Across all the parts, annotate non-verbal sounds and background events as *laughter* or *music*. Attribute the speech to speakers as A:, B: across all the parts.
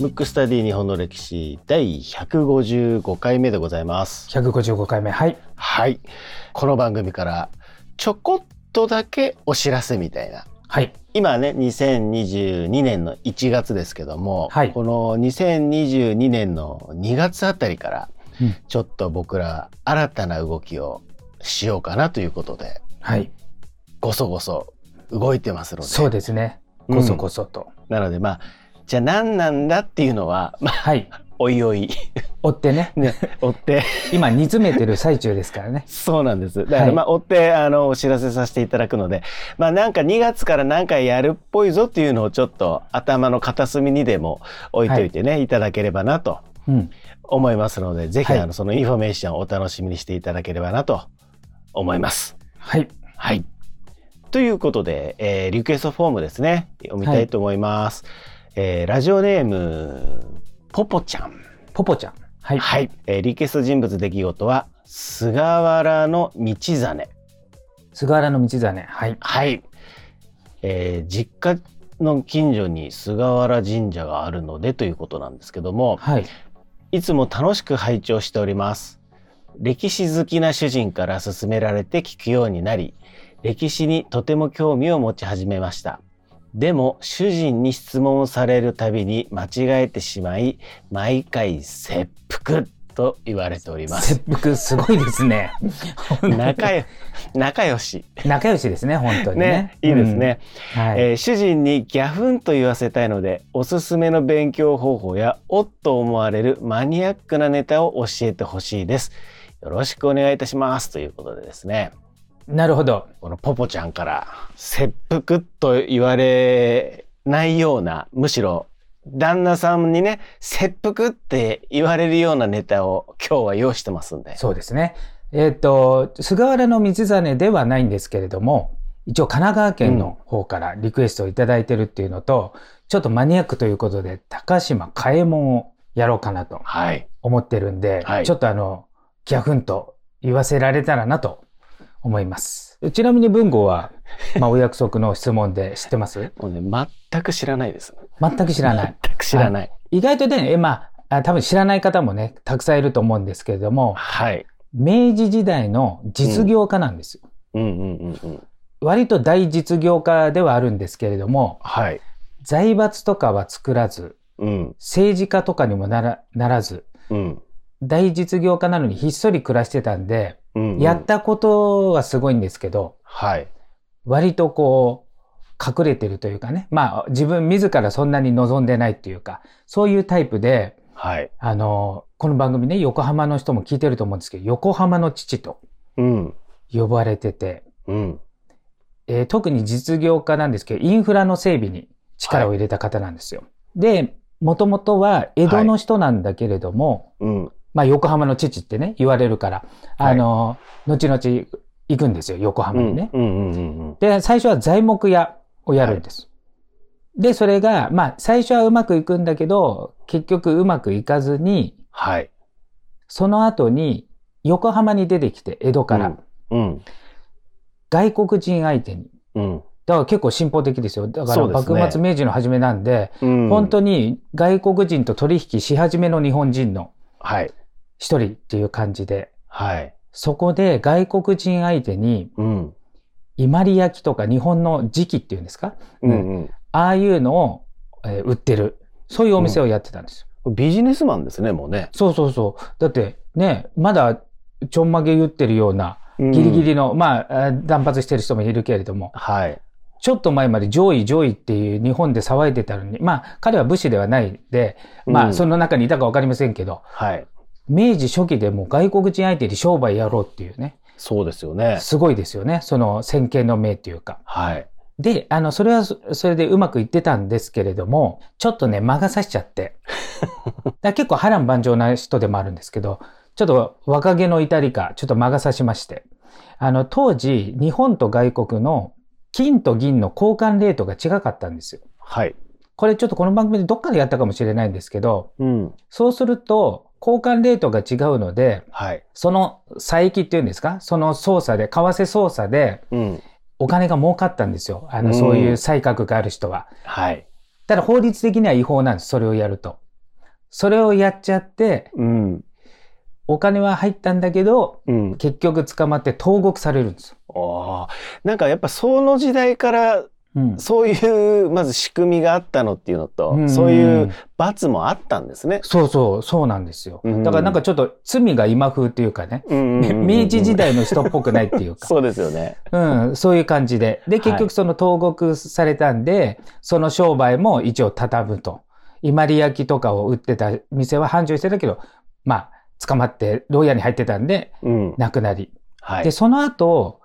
A: ムックスタディ日本の歴史第155回目でございます。
B: 155回目はい
A: はい。この番組からちょこっとだけお知らせみたいな。
B: はい
A: 今ね、2022年の1月ですけども、
B: はい
A: この2022年の2月あたりから、
B: うん
A: ちょっと僕ら新たな動きをしようかなということで、
B: はい
A: ごそごそ動いてますので。
B: そうですねこそこそと、
A: なのでまあじゃあ何なんだっていうのは、まあ、
B: はい
A: おいおい
B: 追ってね
A: ね追って
B: 今煮詰めてる最中ですからね
A: そうなんですだからまあ追ってあのお知らせさせていただくのでまあなんか2月から何かやるっぽいぞっていうのをちょっと頭の片隅にでも置いといてね、い、ただければなと
B: うん
A: 思いますのでぜひ
B: はい
A: あのそのインフォメーションをお楽しみにしていただければなと思います。
B: はい
A: はい。ということで、えーリクエストフォームですね。読みたいと思います。えーラジオネーム、ポポちゃん。
B: ポポちゃんはい、
A: はい。えーリクエスト人物出来事は、菅原の道真。
B: 菅原道真はい
A: はい。えー実家の近所に菅原神社があるのでということなんですけども、
B: はい
A: いつも楽しく拝聴しております。歴史好きな主人から勧められて聞くようになり、歴史にとても興味を持ち始めました。でも主人に質問をされるたびに間違えてしまい、毎回切腹と言われております。
B: 切腹すごいで
A: *laughs*
B: すね
A: 仲よ仲良し。
B: 仲良しですね本当に
A: ね
B: ね、
A: いいですね。
B: うん、はい、
A: えー主人にギャフンと言わせたいのでおすすめの勉強方法やおっと思われるマニアックなネタを教えてほしいですよろしくお願いいたしますということでですね
B: なるほど
A: このポポちゃんから切腹と言われないようなむしろ旦那さんにね切腹って言われるようなネタを今日は用意してますんで
B: そうですね。えっ、と、菅原の道真ではないんですけれども、一応神奈川県の方からリクエストをいただいてるっていうのと、ちょっとマニアックということで、高島嘉右衛門をやろうかなと
A: はい
B: 思ってるんで、
A: はい
B: ちょっとあの、ギャフンと言わせられたらなと思います。ちなみに文豪は、まあ、お約束の質問で知ってます
A: もうね全く知らないです
B: 全く知らない。
A: 全く知らない
B: 意外とね、えまあ、あ多分知らない方もね、たくさんいると思うんですけれども、
A: はい、
B: 明治時代の実業家なんですよ。
A: うんうんうんうん
B: 割と大実業家ではあるんですけれども、
A: はい
B: 財閥とかは作らず、
A: うん
B: 政治家とかにもならならず、
A: うん
B: 大実業家なのにひっそり暮らしてたんで、
A: うんうん
B: やったことはすごいんですけど、
A: はい。
B: 割とこう、隠れてるというかね、まあ自分自らそんなに望んでないっていうか、そういうタイプで、
A: はい。
B: あの、この番組ね、横浜の人も聞いてると思うんですけど、横浜の父と
A: うん。
B: 呼ばれてて、
A: うん。
B: えー特に実業家なんですけど、インフラの整備に力を入れた方なんですよ。で、もともとは江戸の人なんだけれども、
A: うん。
B: まあ横浜の父ってね、言われるから、あの、後々行くんですよ、横
A: う
B: 浜に
A: ん。
B: ね。
A: うん。うん。
B: で、最初は材木屋をやるんです。で、それが、まあ最初はうまくいくんだけど、結局うまくいかずに、
A: はい。
B: その後に横浜に出てきて、江戸から、
A: うん。
B: 外国人相手に。
A: うん。
B: だから結構進歩的ですよ。だか
A: そ
B: ら
A: うです
B: 幕
A: ね
B: 末明治の初めなんで、
A: うん。
B: 本当
A: に。
B: に外国人と取引し始めの日本人の
A: はい。
B: 一人っていう感じで、
A: はい。
B: そこで外国人相手に、
A: うん。
B: 伊万里焼とか日本の磁器っていうんですか
A: うん。
B: ああいうのを、えー売ってる。そういうお店をやってたんです
A: う
B: よ。
A: ん。ビジネスマンですね、もうね。
B: そうそうそう。だってね、まだちょんまげ言ってるような、ギリギ。リの、まああー、断髪してる人もいるけれども、
A: はい。
B: ちょっと前まで上位上位っていう日本で騒いでたのに、まあ、彼は武士ではないで、まあ、そ
A: の。
B: の中にいたかわかりませんけど、
A: はい。
B: 明治初期でもう外国人相手に商売やろうっていうね、
A: そうですよね。
B: すごいですよね。その先見の明っていうか。
A: はい。
B: で、あの、それはそそれでうまくいってたんですけれども、ちょっとね、魔が差しちゃって。だから結構波乱万丈な人でもあるんですけど、ちょっと若気の至りか、ちょっと魔が差しまして。あの、当時、日本と外国の金と銀の交換レートが違かったんですよ。
A: はい。
B: これちょっとこの番組でどっかでやったかもしれないんですけど、
A: うん。
B: そうすると、交換レートが違うので、
A: はい。
B: その佐伯っていうんですかその捜査で、為替捜査で、
A: うん。
B: お金が儲かったんですよ。あの、そういう才覚がある人は。
A: はい。
B: ただ法律的には違法なんです。それをやると。それをやっちゃって、
A: うん。
B: お金は入ったんだけど、
A: うん。
B: 結局捕まって投獄されるんですよ。
A: ああ。なんかやっぱその時代から
B: うん
A: そういうまず仕組みがあったのっていうのと、
B: ん
A: そういう罰もあったんですね。
B: そうそう、そうなんですよ。
A: うん
B: だからなんかちょっと罪が今風っていうかね、
A: うんうんうんうん
B: *laughs* 明治時代の人っぽくないっていうか、
A: そうですよね。
B: うん、そういう感じで。で、結
A: はい
B: 局その投獄されたんで、その商売も一応畳むと。伊万里焼とかを売ってた店は繁盛してたけど、まあ、捕まって牢屋に入ってたんで、
A: うん。
B: 亡くなり。
A: は
B: で、
A: い。
B: その後、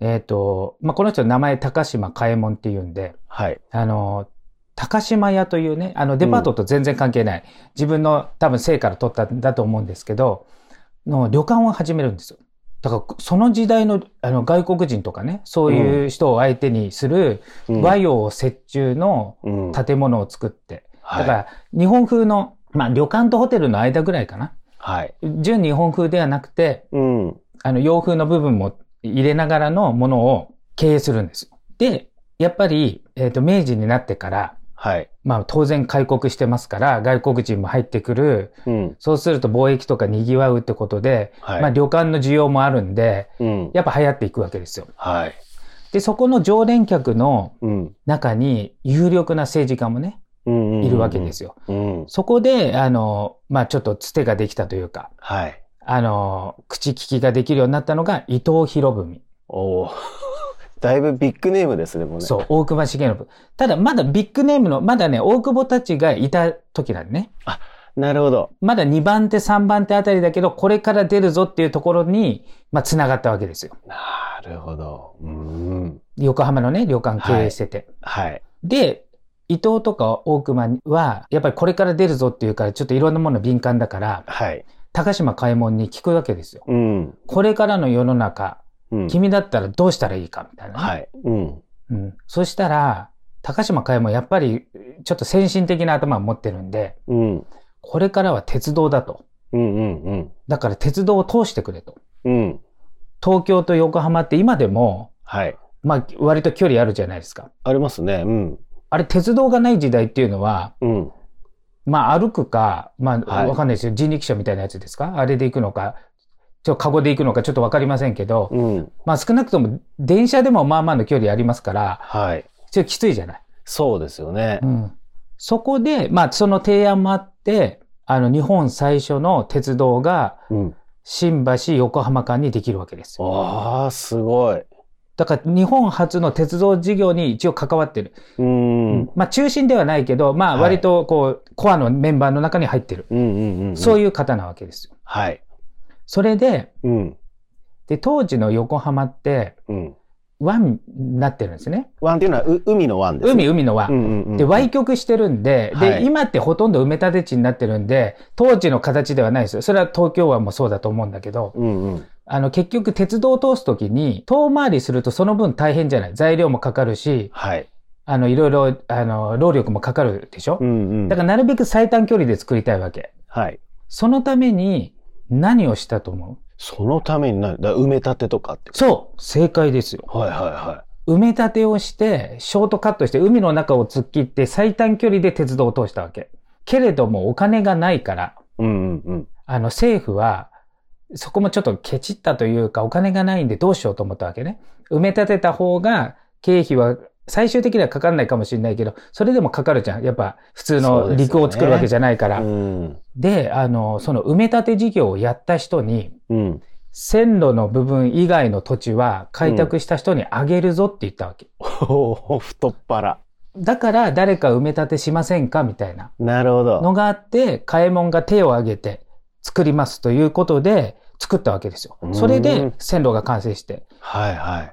B: えっ、と、まあ、この人の名前高島嘉右衛門っていうんで、
A: はい。
B: あの、高島屋というね、あの、デパートと全然関係ない、自分の多分生から取ったんだと思うんですけど、の旅館を始めるんですよ。だから、その時代のあの外国人とかね、そういう人を相手にする
A: うん
B: 和洋折衷の
A: うん
B: 建物を作って、だか
A: はい。
B: ら、日本風の、まあ、旅館とホテルの間ぐらいかな。
A: はい。
B: 純日本風ではなくて、
A: うん。
B: あの、洋風の部分も入れながらのものを経営するんですよ。で、やっぱり、えっ、と、明治になってから、
A: はい。
B: まあ当然開国してますから、外国人も入ってくる。
A: うん。
B: そうすると貿易とか賑わうってことで、
A: はい。
B: まあ旅館の需要もあるんで、
A: うん。
B: やっぱ流行っていくわけですよ。
A: はい。
B: で、そこの常連客の
A: うん。
B: 中に有力な政治家もね、い
A: い
B: るわけですよ。
A: うん。
B: そこで、あの、まあちょっとつてができたというか、
A: はい。
B: あの、口利きができるようになったのが伊藤博文。
A: おお。 *laughs* だいぶビッグネームですね、もうね。
B: そう、大久保重信。ただまだビッグネームの、まだね、大久保たちがいた時なんでね。
A: なるほど。
B: まだ2番手、3番手あたりだけど、これから出るぞっていうところに、まあ、繋がったわけですよ。
A: なるほど。うん。
B: 横浜のね、旅館経営してて。
A: はい。
B: で、伊藤とか大熊は、やっぱりこれから出るぞっていうから、ちょっといろんなもの敏感だから、
A: はい。
B: 高島開門に聞くわけですよ。
A: うん。
B: これからの世の中、
A: うん。
B: 君だったらどうしたらいいかみたいなね、
A: はい。うん。
B: うん。そしたら、高島開門やっぱり、ちょっと先進的な頭を持ってるんで、
A: うん。
B: これからは鉄道だと。
A: うんうんうん。
B: だから鉄道を通してくれと。
A: うん。
B: 東京と横浜って今でも、
A: はい。
B: まあ、割と距離あるじゃないですか。
A: ありますね。うん。
B: あれ、鉄道がない時代っていうのは、
A: うん。
B: まあ、歩くか、ま
A: は
B: あ、
A: い
B: わかんないですよ。人力車みたいなやつですかあれで行くのか、ちょっとカゴで行くのかちょっとわかりませんけど、
A: うん。
B: まあ、少なくとも電車でもまあまあの距離ありますから、
A: はい。
B: ちょっときついじゃない。
A: そうですよね
B: う。ん。そこで、まあ、その提案もあって、あの、日本最初の鉄道が、
A: うん。
B: 新橋横浜間にできるわけですよ。
A: ああ、すごい。
B: だから日本初の鉄道事業に一応関わってる。
A: うん。うん
B: まあ中心ではないけど、まあ
A: はい
B: 割とこう、コアのメンバーの中に入ってる。
A: うんうん。
B: そう
A: いう。
B: いう方なわけですよ。
A: はい。
B: それで、
A: うん。
B: で、当時の横浜って、
A: うん。
B: 湾になってるんですね。
A: 湾っていうのは、う海の湾ですね。
B: 海、海の
A: う
B: 湾。
A: んうんうん。
B: で、湾曲してるんで、
A: は
B: で、
A: い
B: 今ってほとんど埋め立て地になってるんで、当時の形ではないですよ。それは東京湾もそうだと思うんだけど、
A: うんうん。
B: あの、結局鉄道を通すときに、遠回りするとその分大変じゃない。材料もかかるし、
A: はい。
B: あの、いろいろ、あの、労力もかかるでしょ
A: うんうん。
B: だからなるべく最短距離で作りたいわけ。
A: はい。
B: そのために何をしたと思
A: そのためになる。だから埋め立てとかって
B: う。そう正解ですよ。
A: はいはいは
B: 埋め立てをして、ショートカットして海の中を突っ切って最短距離で鉄道を通したわけ。けれどもお金がないから、
A: い。うんうんうん。
B: あの政府は、そこもちょっとケチったというかお金がないんでどうしようと思ったわけね。埋め立てた方が経費は最終的にはかかんないかもしれないけど、それでもかかるじゃん。やっぱ普通
A: そうで
B: の
A: すよね
B: 陸を作るわけじゃないから。
A: うん。
B: で、あの、その埋め立て事業をやった人に、
A: うん。 *laughs*
B: 線路の部分以外の土地は開拓した人にあげるぞって言ったわけ。
A: おお、太っ腹。
B: だから誰か埋め立てしませんかみたいな
A: なるほど。
B: のがあって、嘉右衛門が手を挙げて作りますということで作ったわけですよ
A: う。ん
B: それで線路が完成して。
A: はいはい。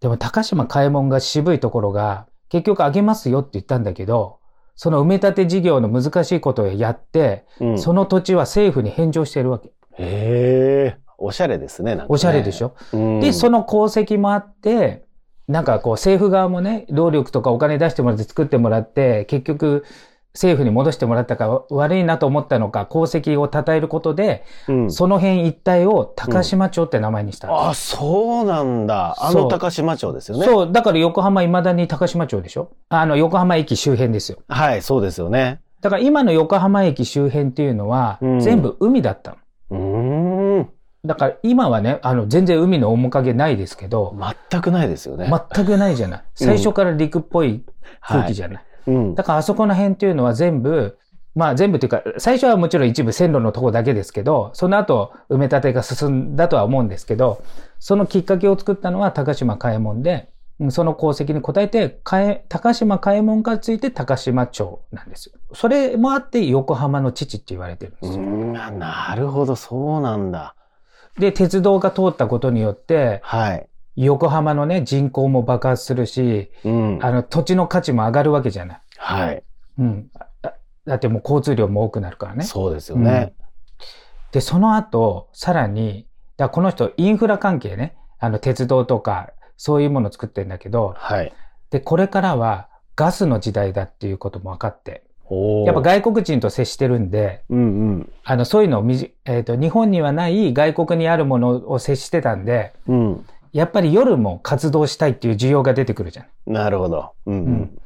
B: でも高島嘉右衛門が渋いところが、結局あげますよって言ったんだけど、その埋め立て事業の難しいことをやって、
A: うん、
B: その土地は政府に返上してるわけ。
A: へえ、おしゃれですね。なんかね
B: おしゃれでしょ、
A: うん
B: で、その功績もあって、なんかこう政府側もね、労力とかお金出してもらって作ってもらって、結局政府に戻してもらったか悪いなと思ったのか、功績を称えることで、
A: うん
B: その辺一帯を高島町って名前にしたんです。
A: あ、そうなんだ。あ
B: そ
A: の
B: う
A: 高島町ですよね。
B: そう、だから横浜未だに高島町でしょあの、横浜駅周辺ですよ。
A: はい、そうですよね。
B: だから今の横浜駅周辺っていうのは
A: うん、
B: 全部海だったの。
A: うーん。
B: だから今はね、あの、全然海の面影ないですけど、
A: 全くないですよね。
B: 全くないじゃない。最初から陸っぽい空気じゃない。
A: はい、うん。
B: だからあそこの辺っていうのは全部、まあ全部というか、最初はもちろん一部線路のとこだけですけど、その後埋め立てが進んだとは思うんですけど、そのきっかけを作ったのは高島開門で、うんその功績に応えて、かえ高島開門からついて高島町なんですよ。それもあって横浜の父って言われてるんで
A: う
B: すよ。
A: ーんあなるほど、そうなんだ。
B: で、鉄道が通ったことによって、
A: はい。
B: 横浜のね、人口も爆発するし、
A: うん。
B: あの土地の価値も上がるわけじゃない。
A: はい。
B: うん。だだってもう交通量も多くなるからね。
A: そうですよね。
B: で、その後、さらに、だからこの人、インフラ関係ね、あの、鉄道とか、そういうものを作ってんだけど、
A: はい。
B: で、これからはガスの時代だっていうことも分かって、
A: おー
B: やっぱ外国人と接してるんで、
A: うん
B: あの、そういうのをみじ、えっ、と、日本にはない外国にあるものを接してたんで、
A: うん。うん。
B: やっぱり夜も活動したいっていう需要が出てくるじゃん。
A: なるほど。うんうん。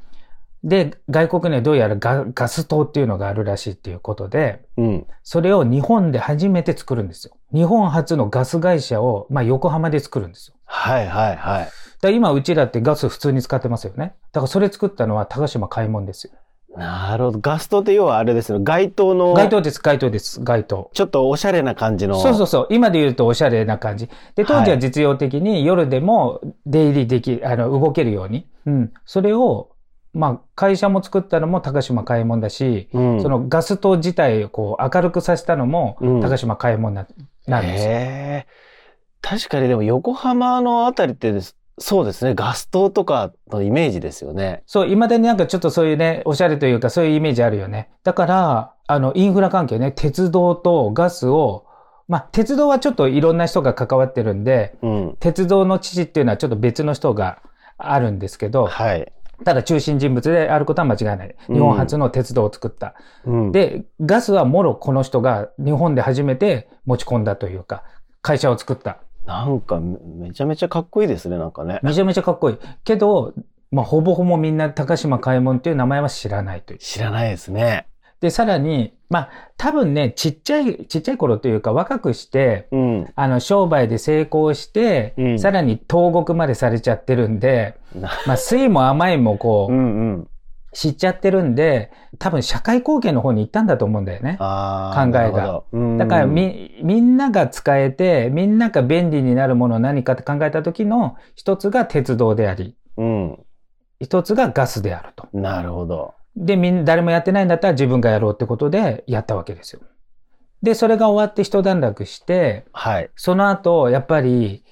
B: で、外国にはどうやらガガス灯っていうのがあるらしいっていうことで、
A: うん。
B: それを日本で初めて作るんですよ。日本初のガス会社を、まあ、横浜で作るんですよ。
A: はいはいはい。
B: だから今、うちらってガス普通に使ってますよね。だからそれ作ったのは高島開門ですよ。
A: なるほど。ガス灯って要はあれですよ。街灯の、
B: 街灯です、街灯です、街灯。
A: ちょっとおしゃれな感じの。
B: そうそうそう。今で言うとおしゃれな感じ。で、当時は実用的に夜でも出入りでき、あの、動けるように。うん。それを、まあ、会社も作ったのも高島開門だし、
A: うん。
B: そのガス灯自体をこう明るくさせたのも
A: うん
B: 高島開門な,、なんですよ。
A: へえ。確かにでも横浜のあたりってです、そうですね。ガス灯とかのイメージですよね。
B: そう、未だになんかちょっとそういうね、おしゃれというかそういうイメージあるよね。だから、あの、インフラ関係ね、鉄道とガスを、まあ、鉄道はちょっといろんな人が関わってるんで、
A: うん。
B: 鉄道の父っていうのはちょっと別の人があるんですけど、
A: はい。
B: ただ中心人物であることは間違いない。
A: うん
B: 日本初の鉄道を作った。
A: うん、
B: で、ガスはもろこの人が日本で初めて持ち込んだというか、会社を作った。
A: なんかめめちゃめちゃかっこいいですね、なんかね。
B: めちゃめちゃかっこいい。けど、まあ、ほぼほぼみんな高島開門っていう名前は知らないという。
A: 知らないですね。
B: で、さらに、まあ、多分ね、ちっちゃい、ちっちゃい頃というか若くして、
A: うん。
B: あの、商売で成功して、
A: うん
B: さらに投獄までされちゃってるんで、
A: な
B: まあ、酸いも甘いもこ
A: う
B: う、
A: んうん。
B: 知っちゃってるんで、多分社会貢献の方に行ったんだと思うんだよね。
A: あ
B: 考
A: ー
B: えが。
A: なるほどうん
B: だからみ、みんなが使えて、みんなが便利になるものは何かって考えた時の一つが鉄道であり、
A: うん。
B: 一つがガスであると。
A: なるほど。
B: で、みん、誰もやってないんだったら自分がやろうってことでやったわけですよ。で、それが終わって一段落して、
A: はい。
B: その後、やっぱり、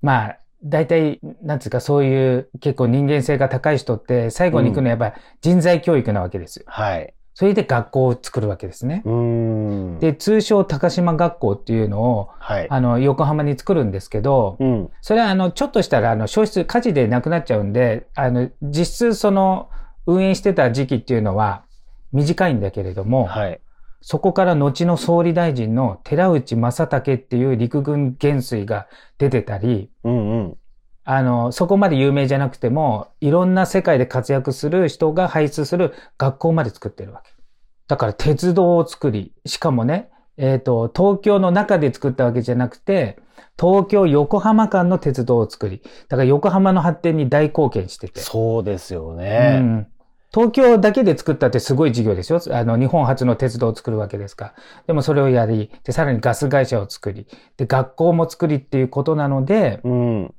B: まあ、大体、なんつうか、そういう結構人間性が高い人って、最後に行くのはやっぱり人材教育なわけですよ。
A: はい。
B: それで学校を作るわけですね。
A: うーん。
B: で、通称高島学校っていうのを、
A: はい。
B: あの、横浜に作るんですけど、
A: うん。
B: それはあの、ちょっとしたら、あの、消失、火事でなくなっちゃうんで、あの、実質その、運営してた時期っていうのは短いんだけれども、
A: はい。
B: そこから後の総理大臣の寺内正武っていう陸軍元帥が出てたり、
A: うんうん。
B: あの、そこまで有名じゃなくても、いろんな世界で活躍する人が輩出する学校まで作ってるわけ。だから鉄道を作り、しかもね、えっ、と、東京の中で作ったわけじゃなくて、東京横浜間の鉄道を作り、だから横浜の発展に大貢献してて。
A: そうですよ
B: う
A: ね。
B: ん東京だけで作ったってすごい事業ですよ。あの、日本初の鉄道を作るわけですから。でもそれをやり、で、さらにガス会社を作り、で、学校も作りっていうことなので、
A: うん。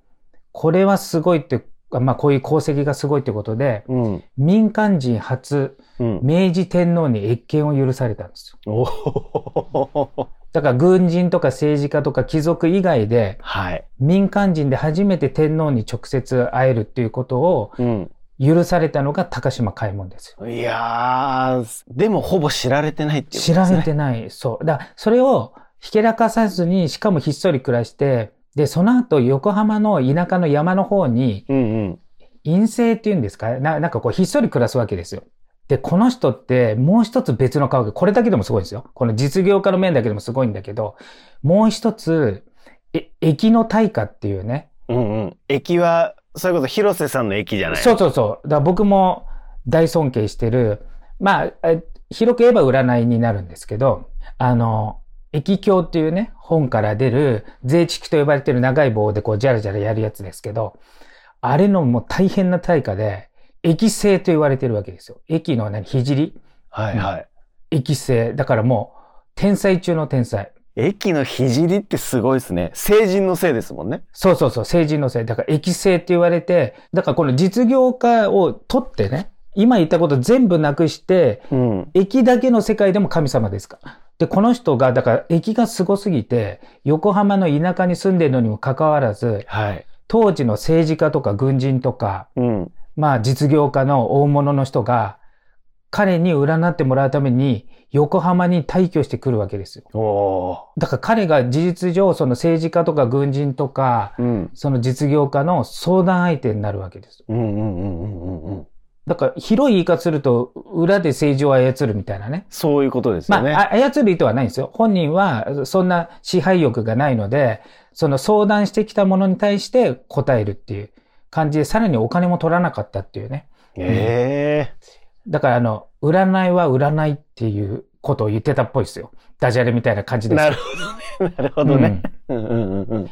B: これはすごいって、まあこういう功績がすごいってことで、
A: うん。
B: 民間人初、
A: うん。
B: 明治天皇に越権を許されたんですよ。
A: おー
B: だから軍人とか政治家とか貴族以外で、
A: はい。
B: 民間人で初めて天皇に直接会えるっていうことを
A: うん。
B: 許されたのが高島開門ですよ。
A: いやー、でもほぼ知られてないっていうこと
B: 知
A: です
B: ら
A: ね。
B: れてない。そう。だからそれをひけらかさずに、しかもひっそり暮らして、で、その後横浜の田舎の山の方に、
A: うんうん。
B: 陰性っていうんですかななんかこうひっそり暮らすわけですよ。で、この人ってもう一つ別の顔が、これだけでもすごいんですよ。この実業家の面だけでもすごいんだけど、もう一つ、え、駅の大化っていうね。
A: うんうん。駅は、それこそ広瀬さんの駅じゃない
B: そうそうそう。だから僕も大尊敬してる、まあ、え広く言えば占いになるんですけど、あの、駅経っていうね、本から出る、税地と呼ばれてる長い棒でこう、じゃらじゃらやるやつですけど、あれのもう大変な対価で、駅制と言われてるわけですよ。駅の何、ひじり
A: はいはい。
B: 駅制。だからもう、天才中の天才。
A: 駅のひじりってすごいですね。成人のせいですもんね。
B: そうそうそう、成人のせい。だから、駅制って言われて、だからこの実業家を取ってね、今言ったこと全部なくして、
A: うん。
B: 駅だけの世界でも神様ですから。で、この人が、だから、駅がすごすぎて、横浜の田舎に住んでるのにもかかわらず、
A: はい。
B: 当時の政治家とか軍人とか、
A: うん。
B: まあ実業家の大物の人が、彼に占ってもらうために、横浜に退去してくるわけですよ。
A: おお。
B: だから彼が事実上、その政治家とか軍人とか、
A: うん。
B: その実業家の相談相手になるわけです。
A: うんうんうんうんうんうん。
B: だから広い言い方すると、裏で政治を操るみたいなね。
A: そういうことです
B: ま
A: よね。
B: あ、あ操る意図はないんですよ。本人は、そんな支配欲がないので、その相談してきたものに対して答えるっていう感じで、さらにお金も取らなかったっていうね。
A: ええ
B: だから、あの、占いは占いっていうことを言ってたっぽいですよ。ダジャレみたいな感じです。
A: な
B: る
A: るほどね。な *laughs* るほどね。うんうんうんうん。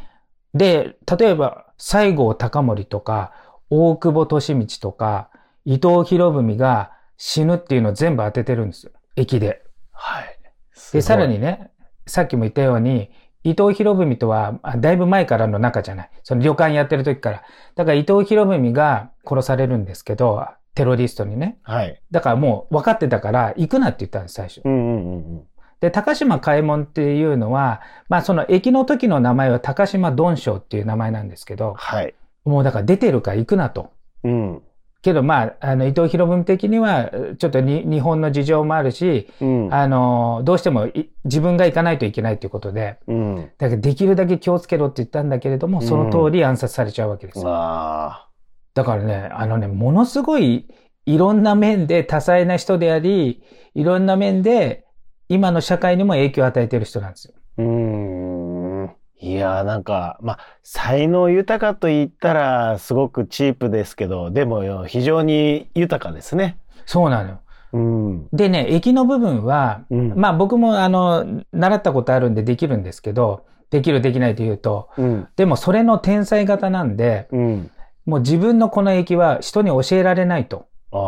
B: で、例えば、西郷隆盛とか、大久保利通とか、伊藤博文が死ぬっていうのを全部当ててるんですよ。駅で。
A: はい。すご
B: で、
A: い
B: さら。にね、さっきも言ったように、伊藤博文とは、あだいぶ前からの仲じゃない。その旅館やってる時から。だから伊藤博文が殺されるんですけど、テロリストにね。
A: はい。
B: だからもう分かってたから、行くなって言ったんです、最初
A: う。んうんうんうん。
B: で、高島開門っていうのは、まあその駅の時の名前は高島鈍章っていう名前なんですけど、
A: はい。
B: もうだから出てるから行くなと。
A: うん。
B: けどまあ、あの、伊藤博文的には、ちょっとに日本の事情もあるし、
A: うん。
B: あの、どうしてもい自分が行かないといけないということで、
A: うん。
B: だからできるだけ気をつけろって言ったんだけれども、その通り暗殺されちゃうわけですよ。
A: わあ。
B: だからね、あのね、ものすごいいろんな面で多彩な人であり、いろんな面で今の社会にも影響を与えている人なんですよ。
A: うーん。いやーなんか、まあ、才能豊かと言ったらすごくチープですけど、でもよ非常に豊かですね。
B: そうなのよ。
A: うん。
B: でね、駅の部分は、
A: うん。
B: まあ僕もあの、習ったことあるんでできるんですけど、できるできないというと、
A: うん。
B: でもそれの天才型なんで、
A: うん。
B: もう自分のこの駅は人に教えられないと。
A: ああ。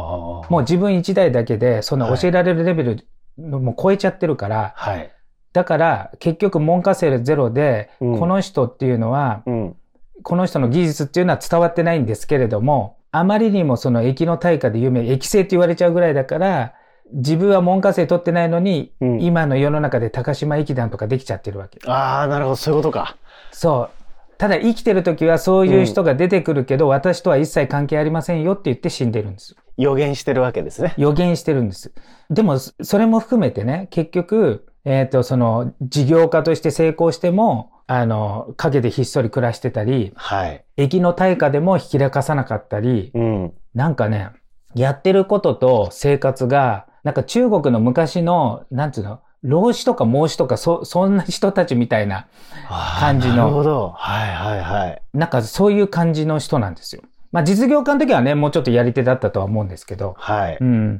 B: もう自分一台だけで、そ
A: は
B: の
A: い
B: 教えられるレベルの、もう超えちゃってるから、
A: はい。
B: だから結局文科生ゼロで、
A: うん
B: この人っていうのは、
A: うん。
B: この人の技術っていうのは伝わってないんですけれども、あまりにもその駅の対価で有名、駅生って言われちゃうぐらいだから、自分は文科生取ってないのに、
A: うん
B: 今の世の中で高島駅団とかできちゃってるわけ。
A: ああ、なるほど、そういうことか。
B: そう。ただ生きてる時はそういう人が出てくるけど、私とは一切関係ありませんよって言って死んでるんです。
A: 予言してるわけですね。
B: 予言してるんです。でも、そそれも含めてね、結局、えっ、と、その、事業家として成功しても、あの、陰でひっそり暮らしてたり、
A: はい。
B: 駅の対価でもひらかさなかったり、
A: うん。
B: なんかね、やってることと生活が、なんか中国の昔の、なんつうの、老子とか孟子とか、そ、そんな人たちみたいな、
A: あー
B: 感じの
A: なるほど。はいはいはい。
B: なんかそういう感じの人なんですよ。まあ実業家の時はね、もうちょっとやり手だったとは思うんですけど、
A: はい。
B: うん。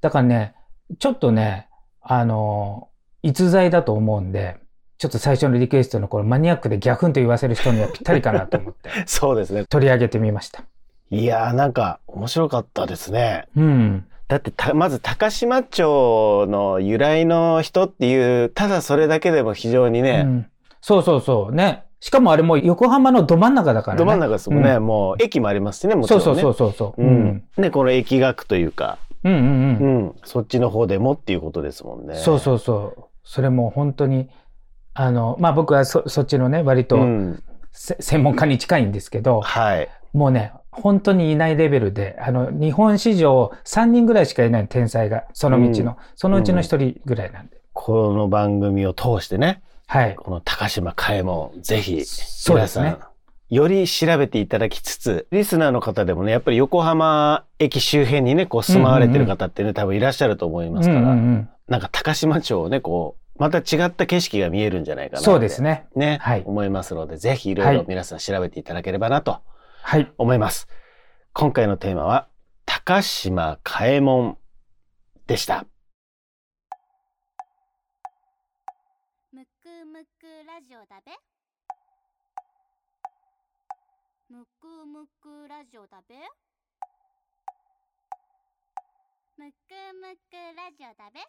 B: だからね、ちょっとね、あの、逸材だと思うんで、ちょっと最初のリクエストのこのマニアックでギャフンと言わせる人にはぴったりかなと思って
A: *laughs* そうですね。
B: 取り上げてみました。
A: いやーなんか面白かったですね。
B: うん。
A: だってたまず高島町の由来の人っていうただそれだけでも非常に
B: う
A: ね、
B: んそうそうそう。ね。しかもあれもう横浜のど真ん中だからね。
A: ど真ん中ですもんね、
B: う
A: もう駅もありますしねもち
B: そ
A: ろ
B: うん
A: ね。
B: そうそうそうそう。
A: うん。ねこの駅学というか、
B: うんうん
A: う
B: うん。
A: ん、そっちの方でもっていうことですもんね。
B: そうそうそう。それも本当に、あの、まあ僕はそそっちのね、割と、
A: うん、
B: せ専門家に近いんですけど、
A: はい。
B: もうね、本当にいないレベルで、あの、日本史上3人ぐらいしかいない天才が、その道の、そのうちの1人ぐらいなんで。
A: この番組を通してね
B: はい。
A: この高島嘉右衛門ぜひ
B: そうですね
A: 皆さんより調べていただきつつ、リスナーの方でもね、やっぱり横浜駅周辺にね、こう住まわれてる方ってね、多分いらっしゃると思いますから、
B: うんうん
A: なんか高島町をね、こう、また違った景色が見えるんじゃないか
B: う
A: な。
B: ん、そうです。ね。
A: ね、
B: はい
A: 思いますので、ぜひいろいろ皆さん調べていただければなと
B: はい。
A: 思います。今回のテーマは、高島嘉右衛門でした。
C: むくむくラジオだべむくむくラジオだべむくむくラジオだべ